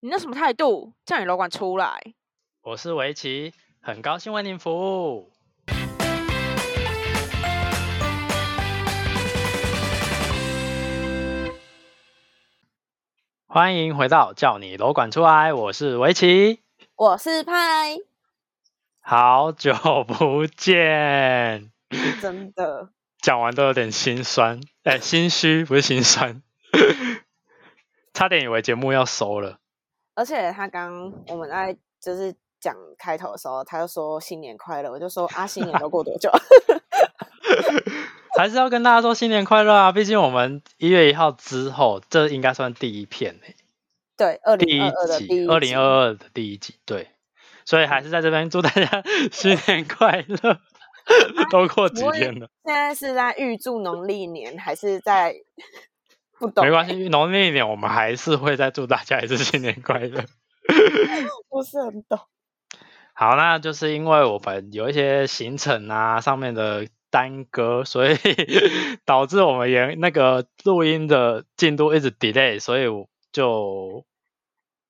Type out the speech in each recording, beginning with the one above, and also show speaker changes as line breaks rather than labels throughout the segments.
你那什么态度？叫你楼管出来！
我是围棋，很高兴为您服务。欢迎回到叫你楼管出来，我是围棋，
我是派，
好久不见，
真的
讲完都有点心酸，哎、心虚不是心酸， 差点以为节目要收了。
而且他刚我们在就是讲开头的时候，他就说新年快乐，我就说啊，新年都过多久？
还是要跟大家说新年快乐啊！毕竟我们一月一号之后，这应该算第一片、欸、
对，二
第
零
一
二二的第
集，
一
二零
集，
二二的第一集，对。所以还是在这边祝大家新年快
啊
乐。 都过几
不会
天了，
现在是在预祝农历年，还是在不懂？
没关，系，农历年我们还是会再祝大家一次新年快乐。
不是很懂。
好，那就是因为我们有一些行程啊上面的耽搁，所以 导致我们延那个录音的进度一直 delay，所以我就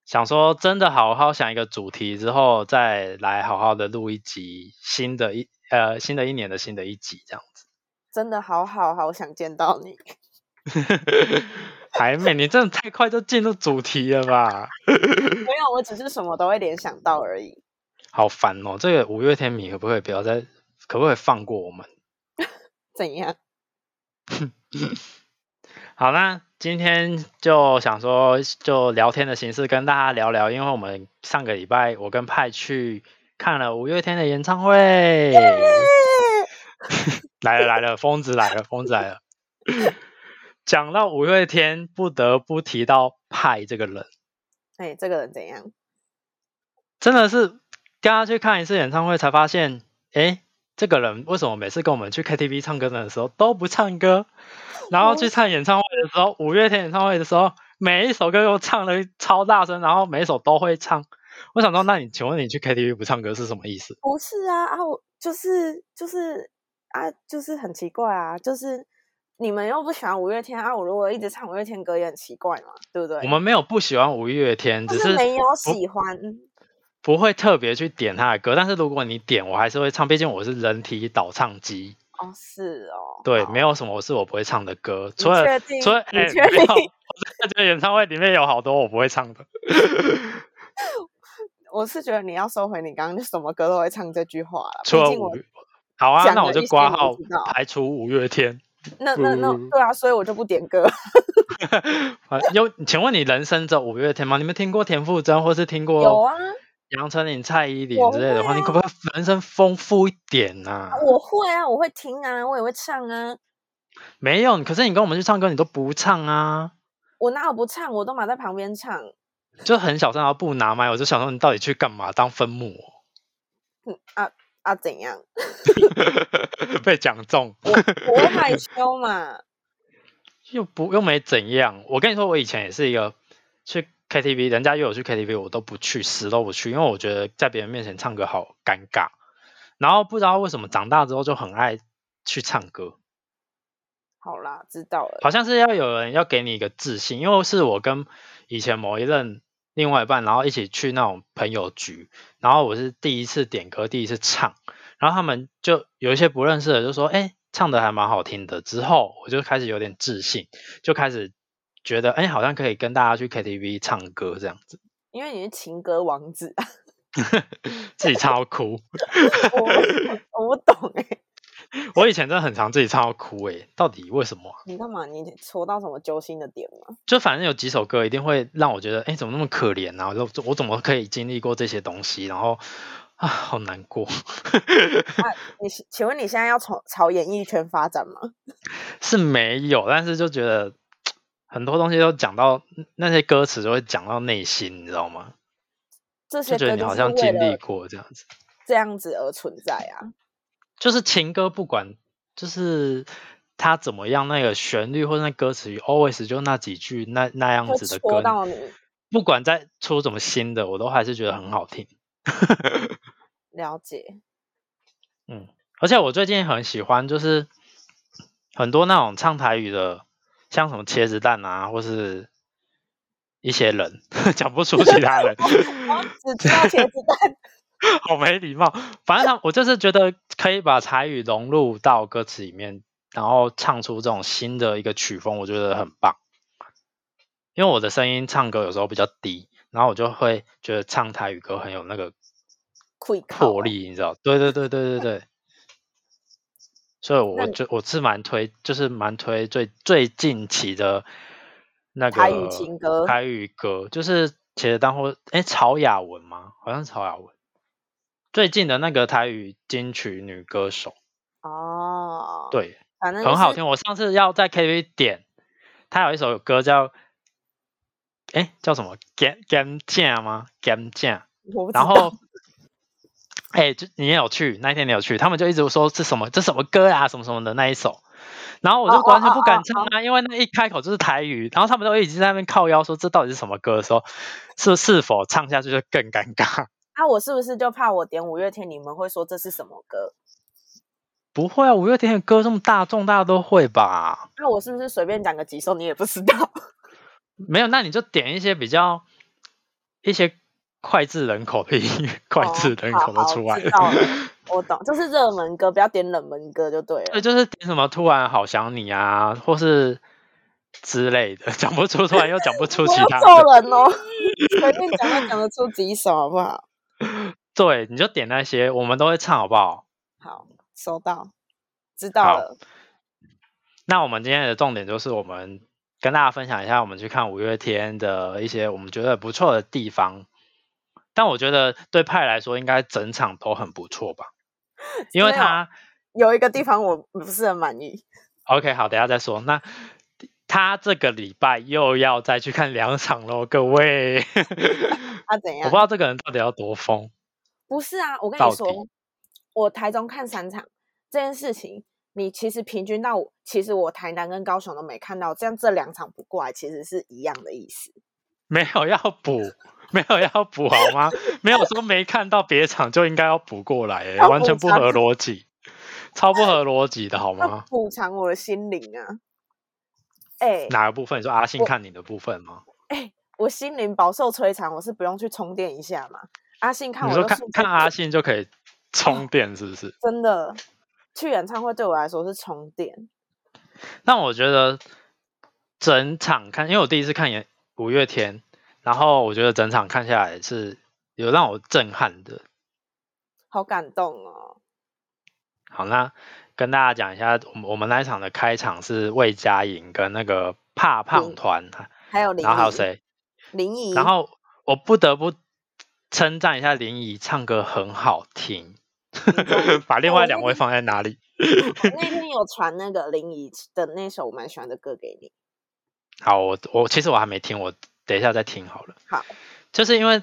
想说，真的好好想一个主题之后，再来好好的录一集新的一呃新的一年的新的一集这样
真的好好好想见到你，
子。海美，你真的太快就进入主题了吧？
没有，我只是什么都会联想到而已。
好烦哦！这个五月天迷可不可以不要再，可不可以放过我们？
怎样？
好，那今天就想说，就聊天的形式跟大家聊聊，因为我们上个礼拜我跟派去看了五月天的演唱会，来了来了，疯子来了，疯子来了。讲到五月天，不得不提到派这个人，
哎、这个人怎样？
真的是跟他去看一次演唱会才发现，诶，这个人为什么每次跟我们去 KTV 唱歌的时候都不唱歌，然后去唱演唱会的时候，五月天演唱会的时候，每一首歌都唱的超大声，然后每一首都会唱。我想说，那你请问你去 KTV 不唱歌是什么意思？
不是啊啊，我就是就是啊，就是很奇怪啊，就是你们又不喜欢五月天啊，我如果一直唱五月天歌也很奇怪嘛，对不对？
我们没有不喜欢五月天，
就
只
是
是
没有
不
喜欢，
不会特别去点他的歌。但是如果你点，我还是会唱，毕竟我是人体导唱机，
哦，是哦，
对，
好
没有什么是我不会唱的歌。
你
除了
确定
除了
你
哎，
确
没有，
定
我真的觉得演唱会里面有好多我不会唱的。
我是觉得你要收回你刚刚什么歌都会唱这句话了，
除
毕
了
竟我
五月，好啊，
讲
那我
了
就
一些
挂
你
号
知道
排除五月天。
那那那对啊，所以我就不点歌。
啊，有，请问你人生只有五月天吗？你们听过田馥甄，或是听
有
过
啊，
杨丞琳、蔡依林
我
之类的话，
会啊
你可不可以人生丰富一点呐、
我会啊，我会听啊，我也会唱啊，
没有，可是你跟我们去唱歌，你都不唱啊，
我哪有不唱，我都嘛在旁边唱。
就很小声，然后不拿麦，我就想说你到底去干嘛？当分母哦、
嗯啊啊，怎样？
被讲中，
我会 害羞嘛。
又不又没怎样。我跟你说，我以前也是一个去 KTV，人家约我去 KTV，我都不去，死都不去，因为我觉得在别人面前唱歌好尴尬。然后不知道为什么长大之后就很爱去唱歌，
好啦，知道了。
好像是要有人要给你一个自信，因为是我跟以前某一任另外一半，然后一起去那种朋友局，然后我是第一次点歌，第一次唱，然后他们就有一些不认识的就说，哎、唱的还蛮好听的。之后我就开始有点自信，就开始觉得，哎、好像可以跟大家去 KTV 唱歌这样子，
因为你是情歌王子啊，
自己唱到哭。
我我我不懂哎、
我以前真的很常自己唱到哭、哎，到底为什么啊？
你干嘛？你戳到什么揪心的点吗？
就反正有几首歌一定会让我觉得，哎，怎么那么可怜啊？我我怎么可以经历过这些东西？然后啊，好难过。
你是请问你现在要朝朝演艺圈发展吗？
是没有，但是就觉得很多东西都讲到那些歌词都会讲到内心，你知道吗？
这些
就觉
歌
得你
就
好
是
像
为
经历
了
过这样子。
这样子而存在啊。
就是情歌，不管就是它怎么样，那个旋律或者那歌词，always 就那几句那那样
会
子的
戳
歌，
到你
不管再出什么新的，我都还是觉得很好听。
了 解，
而且我最近很喜欢，就是很多那种唱台语的，像什么茄子蛋啊，或是一些人， 讲不出其他人，
我只知道茄子蛋，
好没礼貌。反正他我就是觉得可以把台语融入到歌词里面，然后唱出这种新的一个曲风，我觉得很棒。因为我的声音唱歌有时候比较低，然后我就会觉得唱台语歌很有那个
会烤啊
魄力，你知道？对对对对对对。所以我，我
那你
就我是蛮推，就是蛮推最最近期的那个
台语情歌
台语歌就是其实当或哎曹雅文吗？好像是曹雅文最近的那个台语金曲女歌手，
哦，，
对，
反正就
很好
是
听。我上次要在 KTV 点，她有一首歌叫哎叫什么 Gam Gam 酱吗？Gam 酱。
我不知
然
道
后， 哎、就你也有去，那一天你有去，他们就一直说是什么这什么歌啊，什么什么的那一首，然后我就
哦哦
完全
哦
不
哦
敢唱啊，因为那一开口就是台语，然后他们都已经在那边靠腰说这到底是什么歌的时候，是是否唱下去就更尴尬。
啊，我是不是就怕我点五月天，你们会说这是什么歌？
不会啊，五月天的歌这么大众，大家都会吧？
那啊我是不是随便讲个几首你也不知 道？
没有，那你就点一些比较一些脍炙人口的音乐，脍
哦
炙人
好
口都
好
出来
知 道了我懂，就是热门歌，不要点冷门歌就对了
对，。就是点什么突然好想你啊，或是之类的， 讲不出，突然又讲不出
不
其
要
他
揍
的。
人哦，随便讲都讲得出几首好不好？
对，你就点那些，我们都会唱，好不好？
好，收到，知道
好
了。
那我们今天的重点就是我们跟大家分享一下，我们去看五月天的一些我们觉得不错的地方。但我觉得对派来说，应该整场都很不 错吧，因为
没有
他
有一个地方我不是很满意，
OK 好，等一下再说。那他这个礼拜又要再去看两场喽，各
哎
位。
啊，怎
我
样
不知？道这个人到底要多疯。
不是啊，我跟
到
你
底
说，我台中看三场这件事情，你其实平均到我，其实我台南跟高雄都没看到，这样这两场不过来，其实是一样的意思。
没有要补， 没有要补好吗？ 没有说没看到别场就应该要补过来、欸，
要
完
补
全不
偿
合逻 辑，超不合逻辑的好
那
吗？
补偿我的心灵啊！哎、
哪个部分？你说阿信
我
看你的部分吗？
我心灵饱受摧残，我是不用去充电一下嘛？阿信看
你
我
说
就
看
瞬间
看阿信就可以充电，是不 是？
真的去演唱会对我来说是充电。
但我觉得整场看，因为我第一次看演五月天，然后我觉得整场看下来是有让我震撼的。
好感动哦！
好，那跟大家讲一下，我们我们那一场的开场是魏佳莹跟那个怕胖
嗯
团，
还有林
然后还有
怡？
谁？
林怡。
然后我不得不称赞一下林怡，唱歌很好听。 把另
哦
外
我
两
那
位
天
放在哪里？
我那天有传那个林怡的那首我蛮喜欢的歌给你。
好，我我其实我还没听，我等一下再听好了。
好，
就是因为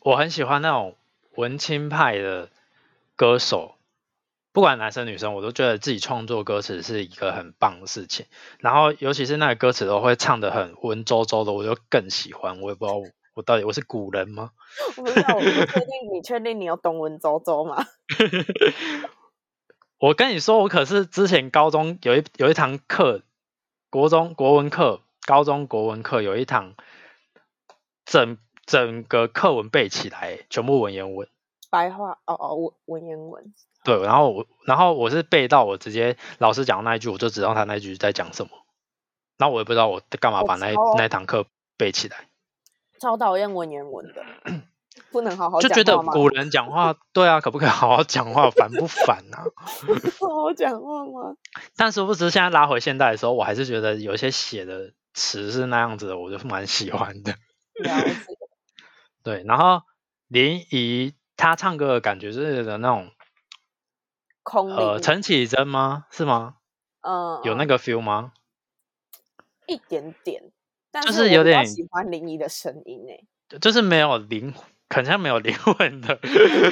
我很喜欢那种文青派的歌手，不管男生女生，我都觉得自己创作歌词是一个很棒的事情。然后尤其是那个歌词都会唱的很文绉绉的，我就更喜欢。我也不知道我我到底我是古人吗？
我不知道，我不确定你确定你有懂文绉绉吗？
我跟你说，我可是之前高中有一有一堂课，国中国文课，高中国文课有一堂整整个课文背起来，全部文言文。
白话哦哦文文言文，
对，然后我然后我是背到我直接老师讲那一句，我就知道他那一句在讲什么，然后我也不知道我干嘛
我
把那一
超
那一堂课背起来，
超讨厌文言文的，不能好好
就
讲
觉得
话吗？
古人讲话，对啊，可不可以好好讲话，烦不烦啊？
好好讲话吗？
但殊不知现在拉回现代的时候，我还是觉得有一些写的词是那样子的，我就蛮喜欢的。
了解，
对，然后林怡她唱歌的感觉就是有那种
空灵、
呃陈绮贞吗？是吗？
嗯
有那
嗯
个 feel 吗？
一点点，但
就是
我
有
比较
点
喜欢林怡的声音欸诶、
就是没有灵，好像没有灵魂的，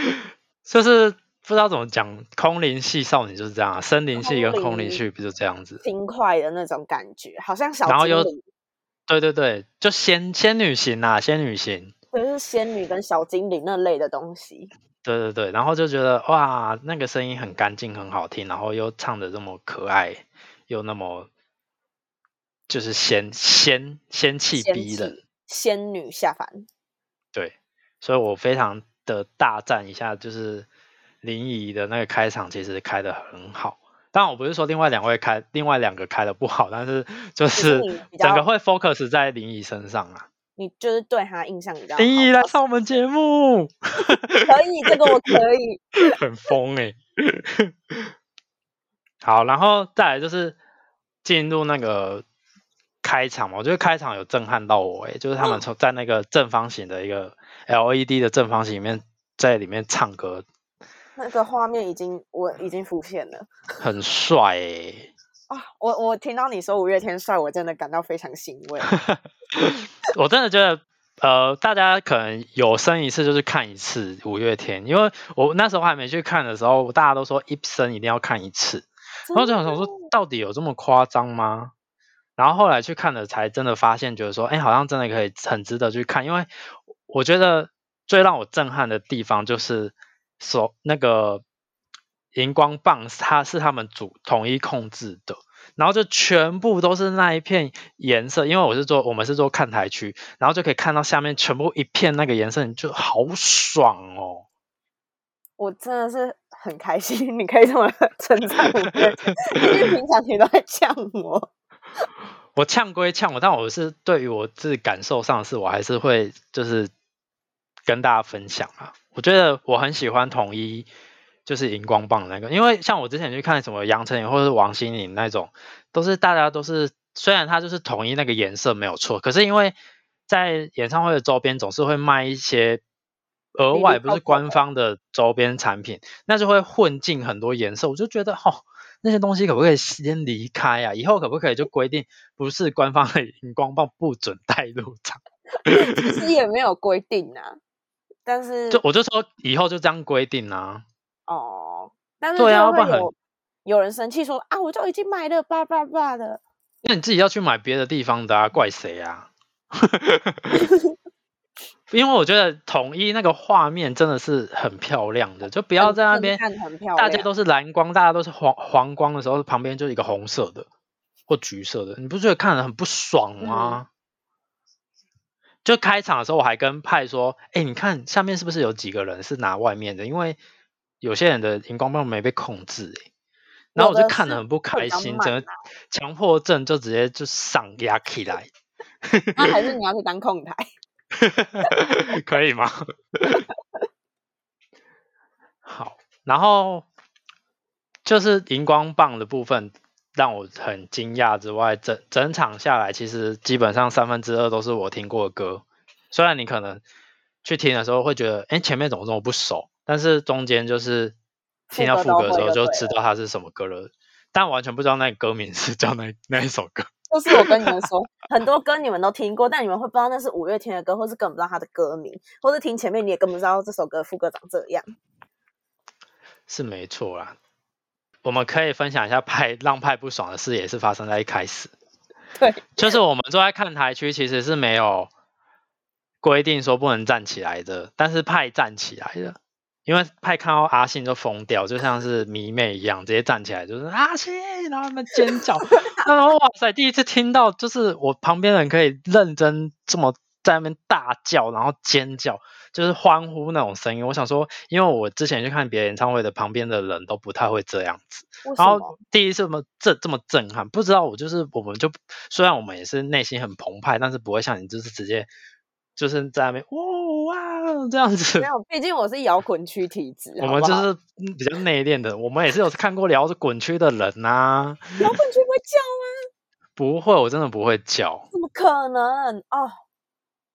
就是不知道怎么讲。空灵系少女就是这样、啊，森林系跟空
空灵
灵系不就这样子？
轻快的那种感觉，好像小
然后
精
又
灵，
对对对，就仙仙女型啊，仙女型，
就是仙女跟小精灵那类的东西。
对对对，然后就觉得哇，那个声音很干净，很好听，然后又唱的这么可爱，又那么就是仙仙仙气
仙
逼
气
人，
仙女下凡。
对，所以我非常的大赞一下，就是林怡的那个开场其实开的很好。当然，我不是说另外两位开，另外两个开的不好，但是就
就是
是
你比
整
较
个会 focus 在林怡身上啊。
你就是对他印象比较好哦
林怡来上我们节目，
可以，这个我 可以。
很疯哎、好，然后再来就是进入那个开场嘛，我觉得开场有震撼到我哎、就是他们从在那个正方形的一个 LED 的正方形里面，在里面唱歌，
那个画面已经我已经浮现了
很帅哎、
啊！我我听到你说五月天帅，我真的感到非常欣 慰。
我真的觉得，呃，大家可能有生一次就是看一次五月天，因为我那时候还没去看的时候，大家都说一生一定要看一次，然后我就想说，到底有这么夸张吗？然后后来去看了，才真的发现，觉得说，哎，好像真的可以很值得去看，因为我觉得最让我震撼的地方就是手那个荧光棒，它是他们主统一控制的。然后就全部都是那一片颜色，因为我是做我们是做看台区，然后就可以看到下面全部一片那个颜色，你就好爽哦。
我真的是很开心，你 可以这 么称赞五月天，因为平常你都在呛我。
我呛归呛我，但我是对于我自己感受上的事，我还是会就是跟大家分享啊。我觉得我很喜欢统一，就是荧光棒的那个，因为像我之前去看什么杨丞琳或者是王心凌那种，都是大家都是虽然它就是统一那个颜色没有错，可是因为在演唱会的周边总是会卖一些额
比例
外不
泡
是
泡
官
的
方的周边产品，那就会混进很多颜色，我就觉得哦，那些东西可不可以先离开啊？以后可不可以就规定不是官方的荧光棒不准带入场？
其实也没有规定啊，但是
就我就说以后就这样规定啊。
哦，但是
对啊
就
要不
会
然很
有有人生气说啊，我就已经买了叭叭叭 的，
那你自己要去买别的地方的啊，怪谁啊？ 因为我觉得统一那个画面真的是很漂亮的，就不要
很
在那
震
边
撼很漂
大家
亮
都是蓝光，大家都是黄黄光的时候，旁边就一个红色的或橘色的，你不觉得看了很不爽吗？
嗯
就开场的时候，我还跟派说：“哎、你看下面是不是有几个人是拿外面的？因为有些人的荧光棒没被控制、欸。”然后我
有的
就看
是
得很不
会
开
比较
心，
慢啊
整个强迫症就直接就上压起来，
那还是你要去当控台。
可以吗？ 好，然后就是荧光棒的部分让我很惊讶之外，整整场下来，其实基本上三分之二都是我听过的歌。虽然你可能去听的时候会觉得，哎，前面怎么这么不熟？但是中间就是听到
副
副
歌都
歌的时
会
候
就
就
对
知道它是什么歌了，但完全不知道那个歌名是叫那那一首歌。
就是我跟你们说，很多歌你们都听过，但你们会不知道那是五月天的歌，或是根本不知道他的歌名，或是听前面你也根本不知道这首歌副歌长这样。
是没错啦。我们可以分享一下派让派不爽的事，也是发生在一开始。
对，
就是我们坐在看台区，其实是没有规定说不能站起来的，但是派站起来了，因为派看到阿信就疯掉，就像是迷妹一样，直接站起来就是阿信，然后他们尖叫，然后哇塞，第一次听到就是我旁边人可以认真这么在那边大叫，然后尖叫，就是欢呼那种声音。我想说，因为我之前去看别的演唱会的，旁边的人都不太会这样子。
为什
然
么
后？第一次这么这这么震撼，不知道我就是我们就虽然我们也是内心很澎湃，但是不会像你就是直接就是在那边哇哦哇这样子
没。有，毕竟我是摇滚区体质，
我
好
们
不
就
好
是嗯比较内敛的，我们也是有看过聊着滚区的人呐、
摇滚区不会叫吗？
不会，我真的不会叫。
怎么可能？哦，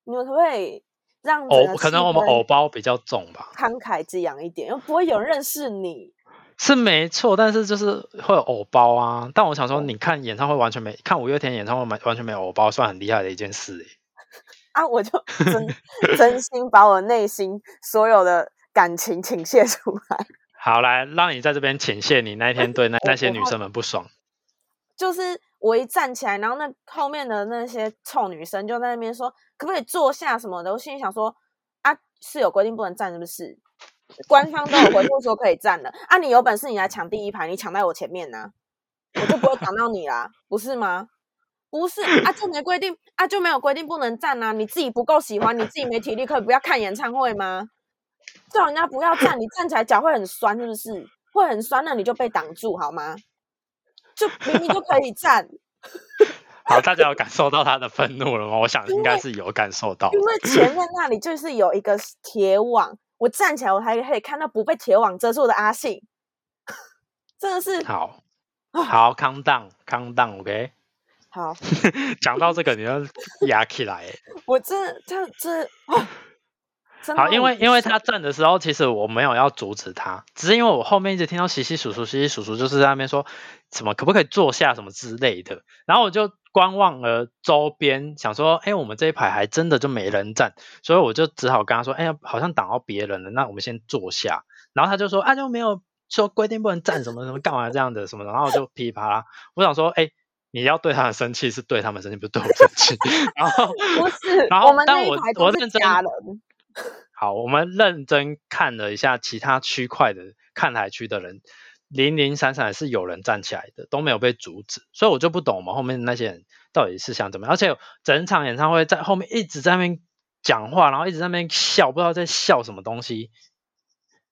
你们可不可以让整
偶
个
可
气
能我们
氛
偶包比较重吧，
慷慨激昂一点，又不会有人认识你。
是没错，但是就是会有偶包啊。但我想
哦
说，你看演唱会完全没看五月天演唱会完完全没有偶包，算很厉害的一件事、欸。
啊，我就真真心把我内心所有的感情倾泻出来。
好，来让你在这边请谢你那一天对那
我
那些
我
女
好
生们不爽。
就是我一站起来，然后那后面的那些臭女生就在那边说可不可以坐下什么的，我心里想说啊是有规定不能站是不是？官方都有回复说可以站的啊，你有本事你来抢第一排，你抢在我前面呢、我就不会挡到你啦，不是吗？不是啊，就没规定啊，就没有规定不能站啊。你自己不够喜欢，你自己没体力，可以不要看演唱会吗？叫人家不要站，你站起来脚会很酸，是不是？会很酸，那你就被挡住好吗？就明明就可以站，
好，大家有感受到他的愤怒了吗？我想应该是有感受到。
因为前 面那里就是有一个铁网，我站起来我还可以看到不被铁网遮住的阿信，真的是
好，
哦
好，calm down，calm down，OK、
好，
讲到这个，你要压起来。欸
我真的这这哦，真的
好，因为
很
因为
爽
他站的时候，其实我没有要阻止他，只是因为我后面一直听到洗洗数数洗洗数数，就是在那边说什么可不可以坐下什么之类的，然后我就观望了周边，想说，哎，我们这一排还真的就没人站，所以我就只好跟他说，哎呀，好像挡到别人了，那我们先坐下。然后他就说，啊，就没有说规定不能站什么什么干嘛这样的什么的，然后我就噼里啪啦，我想说，哎。你要对他们生气，是对他们生气，不是对我生气。 然后
不是，
然后
们
但
那一
我
排
我
都是
认真
假人，
好，我们认真看了一下其他区块的看台区的人，零零散散是有人站起来的，都没有被阻止，所以我就不懂我们后面那些人到底是想怎么样。而且整场演唱会在后面一直在那边讲话，然后一直在那边笑，不知道在笑什么东西。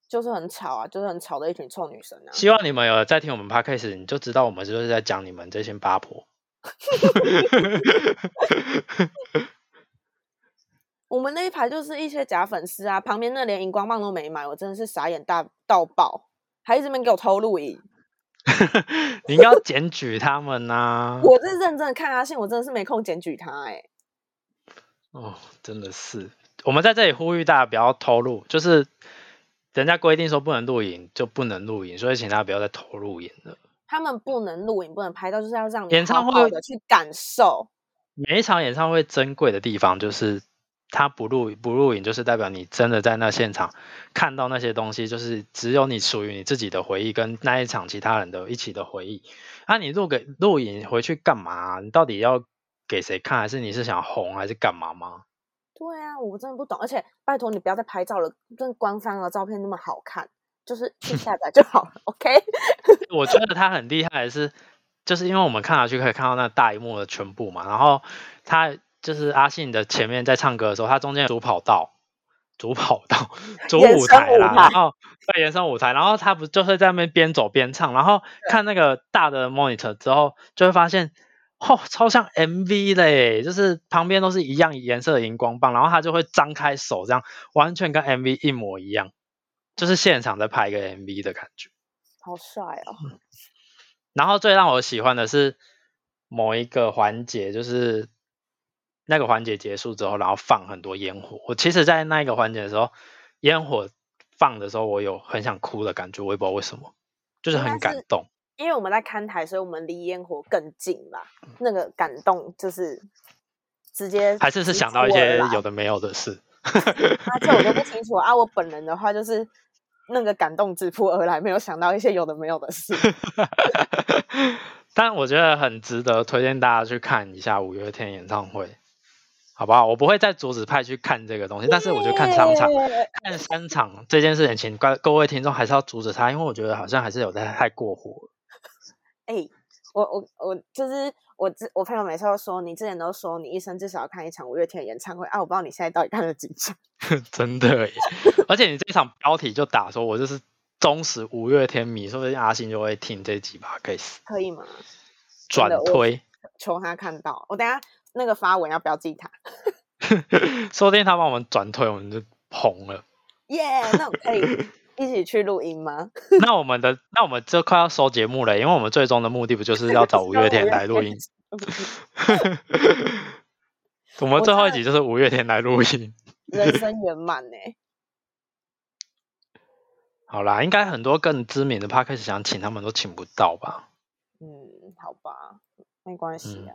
就是很吵啊，就是很吵的一群臭女生啊。
希望你们有在听我们 podcast，你就知道我们就是在讲你们这些八婆。
我们那一排就是一些假粉丝啊，旁边那连荧光棒都没买，我真的是傻眼大到爆，还一直没给我偷录影。
你应该要检举他们呐、
我是认真的看阿信，我真的是没空检举他哎、
哦，真的是，我们在这里呼吁大家不要偷录，就是人家规定说不能录影就不能录影，所以请大家不要再偷录影了。
他们不能录影，不能拍照，就是要让你
演唱会
的去感受。
每一场演唱会珍贵的地方就是，他不录不录影，就是代表你真的在那现场看到那些东西，就是只有你属于你自己的回忆，跟那一场其他人的一起的回忆。那、你录给录影回去干嘛？啊你到底要给谁看？还是你是想红还是干嘛吗？
对啊，我真的不懂，而且拜托你不要再拍照了，跟官方的照片那么好看，就是 去下载就好了，OK？
我觉得他很厉害的是，就是因为我们看下去可以看到那大荧幕的全部嘛，然后他就是阿信的前面在唱歌的时候，他中间有主跑道。主跑道、主
延
舞
伸
台
舞
啦，
台
然后对延伸舞台，然后他不就是在那边边走边唱，然后看那个大的 monitor 之后，就会发现，哦，超像 MV 嘞，就是旁边都是一样颜色的荧光棒，然后他就会张开手这样，完全跟 MV 一模一样，就是现场在拍一个 MV 的感觉。
好帅哦！
然后最让我喜欢的是某一个环节，就是那个环节结束之后，然后放很多烟火。我其实，在那一个环节的时候，烟火放的时候，我有很想哭的感觉，我也不知道为什么，就是
应该
很感
是
动。
因为我们在看台，所以我们离烟火更近啦，那个感动就是直接
嗯还是是
直
想到一
出而
些
来
有的没有的事。
啊，这我就不清楚了啊。我本人的话就是那个感动直扑而来，没有想到一些有的没有的事。
但我觉得很值得推荐大家去看一下五月天演唱会，好不好？我不会再阻止派去看这个东西，但 是我就看商场。
耶
看三场这件事情，请各各位听众还是要阻止他，因为我觉得好像还是有在太过火了。
哎、我我我就是我之我朋友每次都说，你之前都说你一生至少要看一场五月天的演唱会啊，我不知道你现在到底看了几场。
真的耶！而且你这场标题就打说我就是忠实五月天迷，说不定阿信就会听这几把 case
可以吗？
转
的我
推，
求他看到，我等一下那个发文要标记他。
说不定他帮我们转推，我们就红了。
耶、那我可以 一起去录音吗？
那我们的那我们就快要收节目了耶，因为我们最终的目的不就是要找五月天 来录音？我们
我
最后一
真
集就是五月天来录音。
人生圆满呢、
好啦，应该很多更知名的 p a r k 想请他们都请不到吧？
嗯，好吧，没关系
嗯
啊。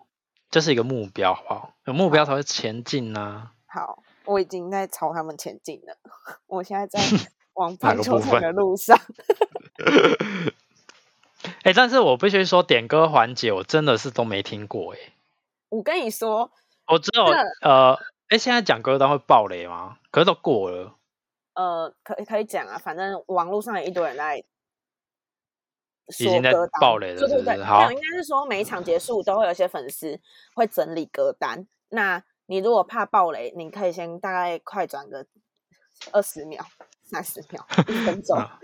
这是一个目标，好不好？有目标才会前进啊呐、
好，我已经在朝他们前进了。 我现 在在往
哪
棒
个
球
部
场
分
的路上。
哎、但是我必须说，点歌环节我真的是都没听过哎、
我跟你说，
我只有
这
呃，哎、现在讲歌单会爆雷吗？可是都过了，
呃，可以可以讲啊，反正网络上有一堆人在
已
说
经在
歌单，
爆雷了
对对
是不
对，
是
没
好
有应该是说每一场结束都会有一些粉丝会整理歌单。那你如果怕爆雷，你可以先大概快转个二十秒、三十秒、一分 钟。
啊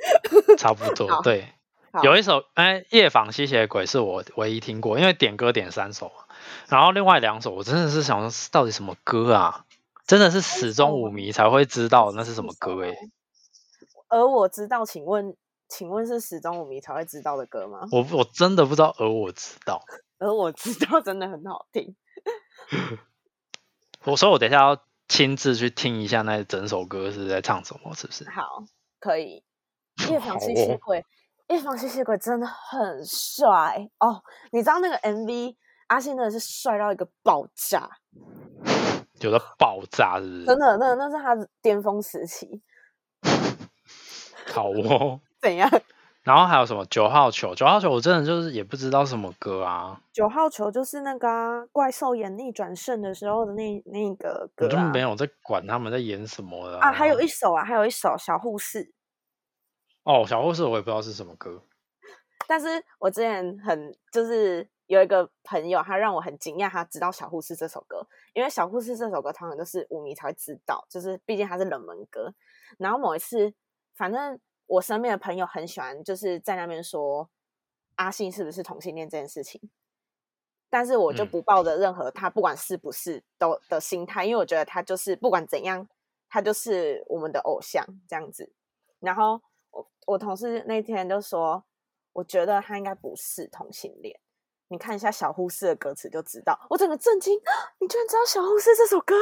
差不 多
好
对
好。
有一首哎，夜访吸血鬼是我唯一听过，因为点歌点三首嘛，然后另外两首我真的是想说是到底什么歌啊，真的是死忠舞迷才会知道那是什么歌哎、
而我知道，请问，请问是始终五迷才会知道的歌吗？
我我真的不知道，而我知道，
而我知道，真的很好听。
我所以我等一下要亲自去听一下那整首歌是在唱什么，是不是？
好，可以。夜访吸
好
血
哦
鬼，夜访吸血鬼真的很帅哦！你知道那个 MV，阿信真的是帅到一个爆炸，
有的爆炸是不
真
是？
的，那那是他的巅峰时期。
好哦。
怎样？
然后还有什么九号球？九号球我真的就是也不知道什么歌啊，
九号球就是那个啊、怪兽演逆转胜的时候的那那个歌
我就
啊
没有在管他们在演什么了
啊，还有一首啊，还有一首小护士，
哦，小护士我也不知道是什么歌。
但是我之前很就是有一个朋友，他让我很惊讶，他知道《小护士》这首歌，因为《小护士》这首歌通常都是舞迷才会知道，就是毕竟它是冷门歌。然后某一次，反正我身边的朋友很喜欢，就是在那边说阿信是不是同性恋这件事情，但是我就
嗯
不抱着任何他不管是不是都的心态，因为我觉得他就是不管怎样，他就是我们的偶像这样子。然后我我同事那天就说，我觉得他应该不是同性恋。你看一下小护士的歌词就知道，我整个震惊，你居然知道小护士这首 歌？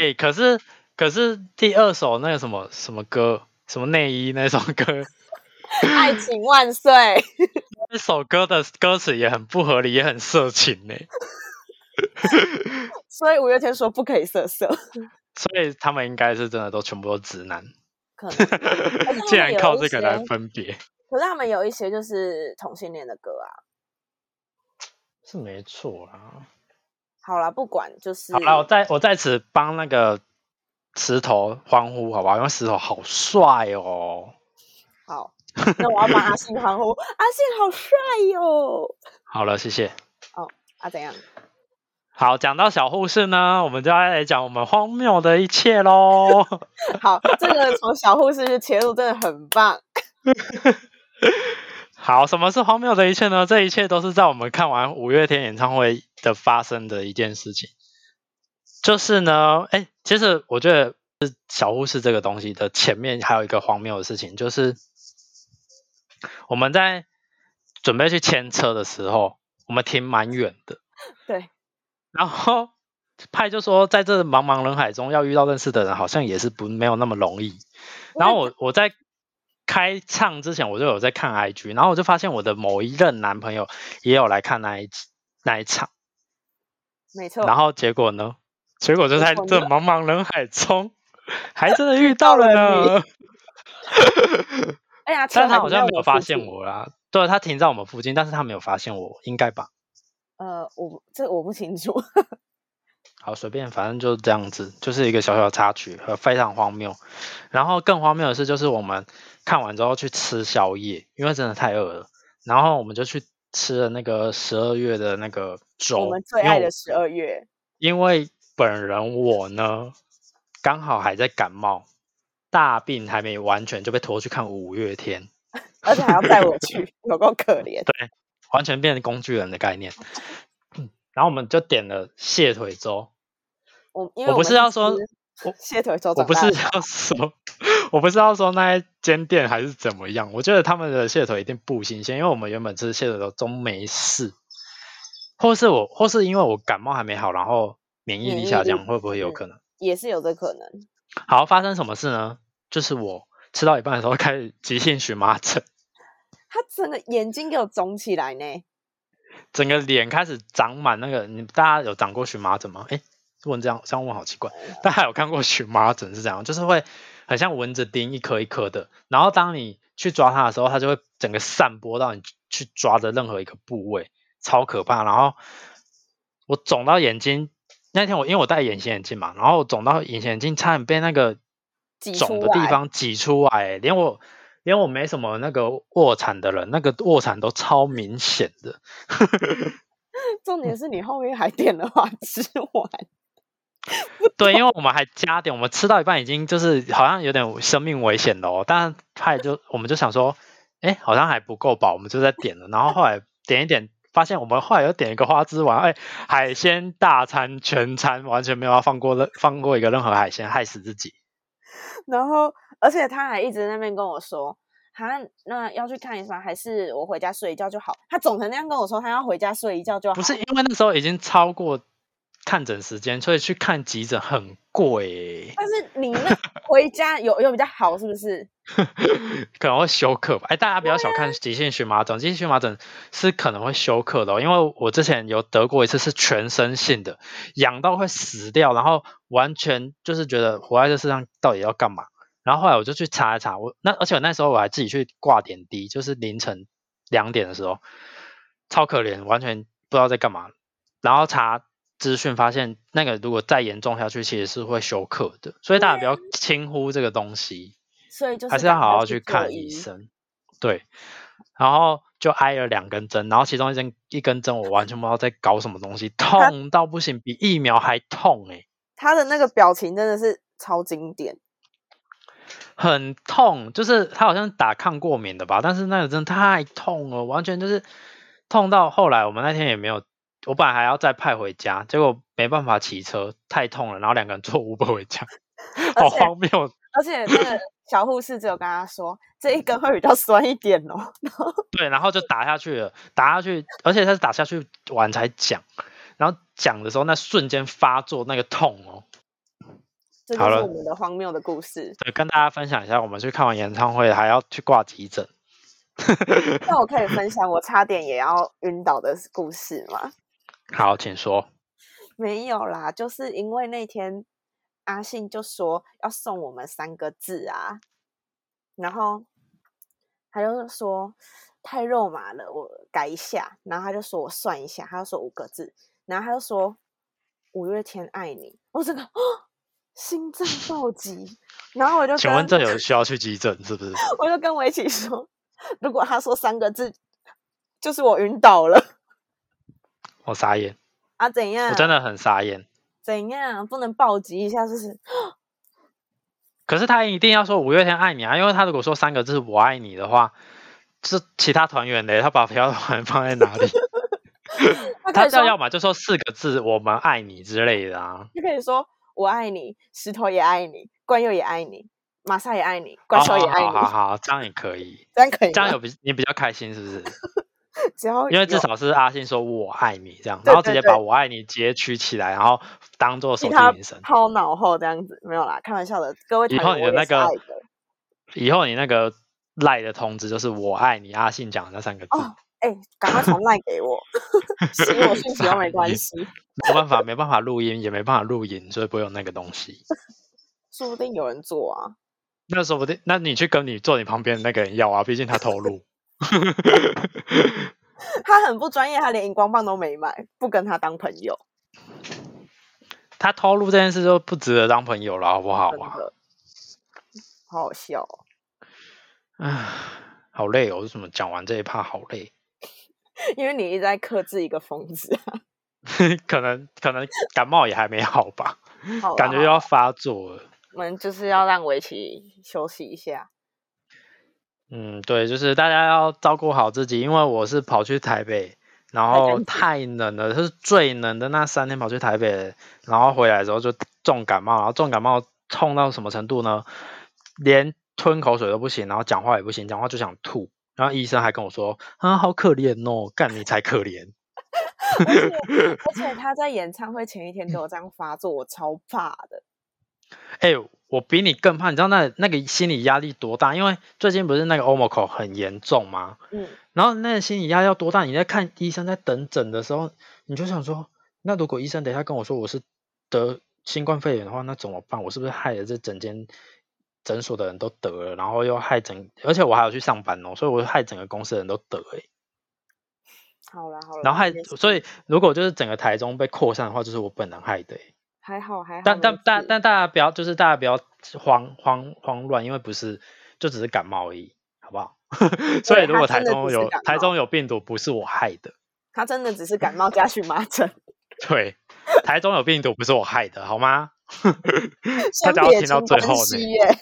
哎、可是可是第二首那个什么什么歌，什么内衣那首歌，
爱情万岁！
那首歌的歌词也很不合理，也很色情呢、
所以五月天说不可以色色，
所以他们应该是真的都全部都直男，
可 能。们
竟然
有
靠
一
这个来
些
分别，
可是他们有一些就是同性恋的歌啊。
是没错啦。
好啦，不管就是
好啦，我在我在此帮那个石头欢呼，好不好？因为石头好帅哦，
好，那我要帮阿信欢呼，阿信好帅哟、
好了，谢谢。
啊，怎样？
好，讲到小护士呢，我们就要来讲我们荒谬的一切喽。
好，这 个从小护士去切入真的很棒。
好，什么是荒谬的一切呢？这一切都是在我们看完五月天演唱会的发生的一件事情。就是呢，哎，其实我觉得是小护士这个东西的前面还有一个荒谬的事情，就是我们在准备去牵车的时候，我们停蛮远的，
对，
然后派就说，在这茫茫人海中要遇到认识的人，好像也是不没有那么容易。然后我我在开唱之前，我就有在看 IG，然后我就发现我的某一任男朋友也有来看那一集那一场，
没错。
然后结果呢？结果就
结
在
果
这
呢
茫茫人海中，还真 的遇到了呢。
哎呀，
但
车
是他
还
好
停
像
在
没有发
附
现
近。
我啦，对他停在我们附近，但是他没有发现我，应该吧？
呃，我不这个我不清楚。
好，随便，反正就是这样子，就是一个小小的插曲，呃，非常荒谬。然后更荒谬的是，就是我们看完之后去吃宵夜，因为真的太饿了。然后我们就去吃了那个十二月的那个粥，
我们最
因为
爱
我
的十二月，
因为本人我呢，刚好还在感冒，大病还没完全就被拖去看五月天，
而且还要带我 去，有够可怜。
完全变成工具人的概念。
哦
嗯 然后我们就点了蟹腿粥，
我因为
我不
们
是要说
吃
我
蟹腿手
我
掌
不是
大的
要说，我不是要说那一间店还是怎么样，我觉得他们的蟹腿一定不新鲜，因为我们原本吃蟹腿都都没事，或是我，或是因为我感冒还没好，然后免疫
免
力
疫
下
力
降，会不会有
嗯
可能？
也是有这可能。
好，发生什么事呢？就是我吃到一半的时候开始急性荨麻疹，
他整个眼睛给我肿起来呢，
整个脸开始长满那个，你大家有长过荨麻疹吗？哎，问这样这样问好奇
哦
怪，大家有看过荨麻疹是怎样？就是会很像蚊子叮一颗一颗的，然后当你去抓它的时候，它就会整个散播到你去抓的任何一个部位，超可怕。然后我肿到眼睛，那天我因为我戴隐形眼镜嘛，然后我肿到隐形眼镜差点被那
挤
个
出
肿的地
来
方挤出来，连我因为我没什么那个卧蚕的人，那个卧蚕都超明显的。
重
嗯
点是你后面还点了花枝丸，
对，因为我们还加点，我们吃到一半已经就是好像有点生命危险了哦，但是他也就我们就想说，哎，好像还不够饱，我们就在点了，然后后来点一点。发现我们后来又点一个花枝丸，哎，海鲜大餐全餐完全没有要放过任放过一个任何海鲜，害死自己。
然后而且他还一直在那边跟我说，哈，那要去看医生，还是我回家睡一觉就好？他总成那样跟我说，他要回家睡一觉就好。
不是因为那时候已经超过看诊时间，所以去看急诊很贵、欸
但是你那回家有有比较好，是不是？
可能会休克吧。哎，大家不要小看急性荨麻疹，急性荨麻疹是可能会休克的、哦，因为我之前有得过一次是全身性的，痒到会死掉，然后完全就是觉得活在这世上到底要干嘛。然后后来我就去查一查，我那而且我那时候我还自己去挂点滴，就是凌晨两点的时候，超可怜，完全不知道在干嘛。然后查资讯发现，那个如果再严重下去，其实是会休克的，所以大家不要轻忽这个东西。
所以就是
还是要
赶
好
快
好去
做
看医生。对，然后就挨了两根针，然后其中一根一根针我完全不知道在搞什么 东西，痛到不行，比疫苗还痛哎、
他的那个表情真的是超经典，
很痛，就是他好像打抗过敏的吧，但是那个针太痛了，完全就是痛到后来我们那天也没有，我本来还要再派回家，结果没办法骑车，太痛了，然后两个人坐 Uber 回家， 好
而且
荒谬，
而且那 个小护士只有跟他说这一根会比较酸一点哦。
对，然后就打下去了，打下去，而且他是打下去完才讲，然后讲的时候那瞬间发作那个痛哦。
这就
好
是
了
我们的荒谬的故事。
对，跟大家分享一下，我们去看完演唱会还要去挂急诊，
那我可以分享我差点也要晕倒的故事吗？
好，请说。
没有啦，就是因为那天阿信就说要送我们三个字啊，然后他就说太肉麻了，我改一下。然后他就说我算一下，他就说五个字，然后他就说五月天爱你，我整个、心脏暴击。然后我就
请问
跟
这有需要去急诊是不是？
我就跟我一起说，如果他说三个字，就是我晕倒了
我傻眼，
啊？怎样？
我真的很傻眼。
怎样？不能暴击一下，就是
可是他一定要说五月天爱你啊，因为他如果说三个字我爱你的话，这其他团员嘞，他把其他团员放在哪 里？
他可
他
以说
这要么就说四个字我们爱你之类的啊。
就可以说我爱你，石头也爱你，关佑也爱你，玛莎也爱你，关晓也爱
哦好好好
你，
好，这样也可以。
这样可以
这样
吗？
有比你比较开心是不是？
只要
因为至
有
少是阿信说“我爱你”这样，
对
然后直
对
接
对
把“我爱你”截取起来，然后当做手
替
机
他
铃声。
抛脑后这样子，没有啦，开玩笑的。各位
以后
团
你
员，我也
的那
是爱
个
的。，
以后你那个赖的通知就是“我爱你”，阿信讲的那三个字，
哦哎、赶快 传赖给我， 洗我讯息都没
傻
关
眼
系，
没办法，没办法录音，也没办法录影，所以不会有那个东西。
说不定有人做啊。
那说不定，那你去跟你坐你旁边的那个人要啊，毕竟他透露。
他很不专业，他连荧光棒都没买，不跟他当朋友，
他偷录这件事就不值得当朋友了，好不好
真
啊？
的，好好笑、哦。
唉，好累哦，为什么讲完这一趴好累？
因为你一直在克制一个疯子，
可能可能感冒也还没好吧，
好啦
感觉又要发作了。
我们就是要让围棋休息一下。
嗯，对，就是大家要照顾好自己，因为我是跑去台北，然
太干
后
净
太冷了，就是最冷的那三天跑去台北，然后回来的时候就重感冒，然后重感冒痛到什么程度呢？连吞口水都不行，然后讲话也不行，讲话就想吐。然后医生还跟我说：“啊，好可怜哦，干你才可怜。
而且而且他在演唱会前一天
嗯
给我这样发作，我超怕的。
哎，我比你更怕，你知道那那个心理压力多大？因为最近不是那个 Omicron 很严重吗？
嗯，
然后那个心理压力要多大？你在看医生在等诊的时候，你就想说，那如果医生等一下跟我说我是得新冠肺炎的话，那怎么办？我是不是害了这整间诊所的人都得了，然后又害整，而且我还有去上班哦，所以我害整个公司的人都得哎、
好啦好啦，
然后害，
没事
所以如果就是整个台中被扩散的话，就是我本人害的、欸。
还好还好。
但但
没
但
事
但大家不要，就是大家不要慌慌慌乱，因为不是，就只是感冒而已，好不好？ 所
对
以如果
他
台
真的
中
只是
有
感
台
冒
中有病毒，不是我害的，
他真的只是感冒加荨麻 疹，
对，台中有病毒不是我害的，好吗？
先
大家要
撇
听到
清
最后
关
呢
系，耶。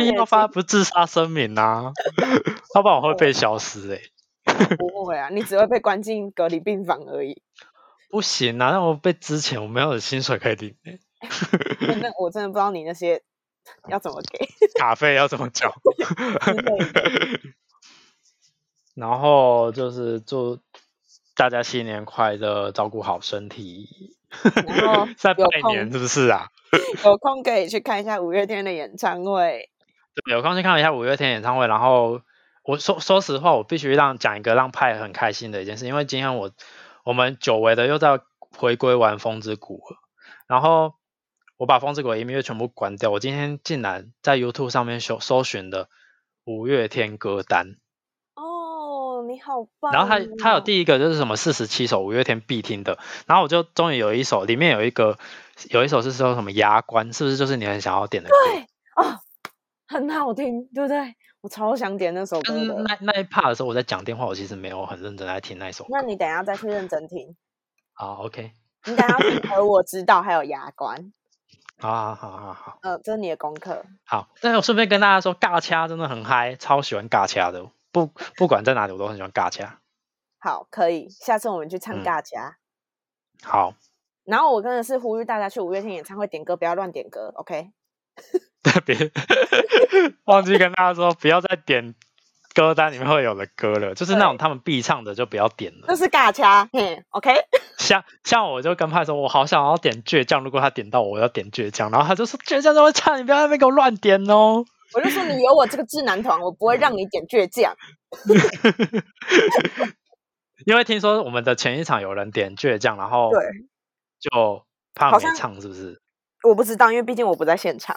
一定要发不自杀声明呐、 要不然我会被消失哎、
不会啊，你只会被关进隔离病房而已。
不行啊！那我被之前我没有薪水可以领、欸，
真的，我真的不知道你那些 要怎么给。
卡费要怎么缴？
类
然后就是祝大家新年快乐，照顾好身体。
然 后
在
有
拜
空
年是不是啊？
有空可以去看一下五月天的演唱会。
对，有空去看一下五月天演唱会。然后我说说实话，我必须让讲一个让派很开心的一件事，因为今天我我们久违的又在回归玩《风之谷》了。然后我把《风之谷》的音乐全部关掉，我今天竟然在 YouTube 上面搜搜寻的五月天歌单，
哦，你好棒、哦
然后它它有，第一个就是什么四十七首五月天必听的，然后我就终于有一首，里面有一个有一首是说什么牙关，是不是就是你很想要点的歌？
对哦，很好听，对不对？我超想点那首歌
但是
的。
那那一 part 的时候，我在讲电话，我其实没有很认真在听那一首歌。
那你等一下再去认真听，
好，OK，
你等一下听而我知道还有牙关，
好好好好好
呃，这是你的功课。
好。但是我顺便跟大家说，尬掐真的很嗨，超喜欢尬掐的。不不管在哪里，我都很喜欢尬掐。
好，可以，下次我们去唱
嗯
尬家。
好，
然后我真的是呼吁大家去五月天演唱会点歌，不要乱点歌，OK？
特别 忘记跟大家说，不要再点歌单里面会有的歌了，就是那种
对
他们必唱的就不要点了
这。是尬掐，嘿，OK？
像像我就跟派说，我好想要点倔强，如果他点到我，我要点倔强，然后他就说倔强怎么唱，你不要在那边给我乱点哦。
我就说你有我这个智囊团，我不会让你点倔强。
因为听说我们的前一场有人点倔强，然后
对，
就怕
好
没
像
唱，是不是？
我不知道，因为毕竟我不在现场。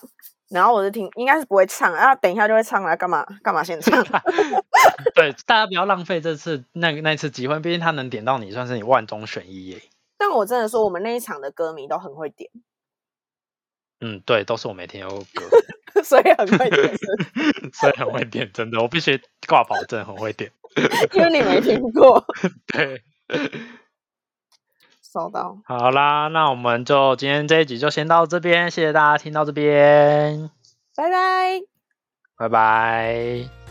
然后我就听，应该是不会唱，啊，等一下就会唱了，干嘛干嘛现唱？
对，大家不要浪费这次那那次机会，毕竟他能点到你，算是你万中选一耶。
但我真的说，我们那一场的歌迷都很会点，
嗯，对，都是我没听过的歌，
所以很会点，是不是
所以很会点，真的，我必须挂保证很会点。
因为你没听过。
对，
收到，
好啦，那我们就今天这一集就先到这边，谢谢大家听到这边，
拜拜。
拜拜。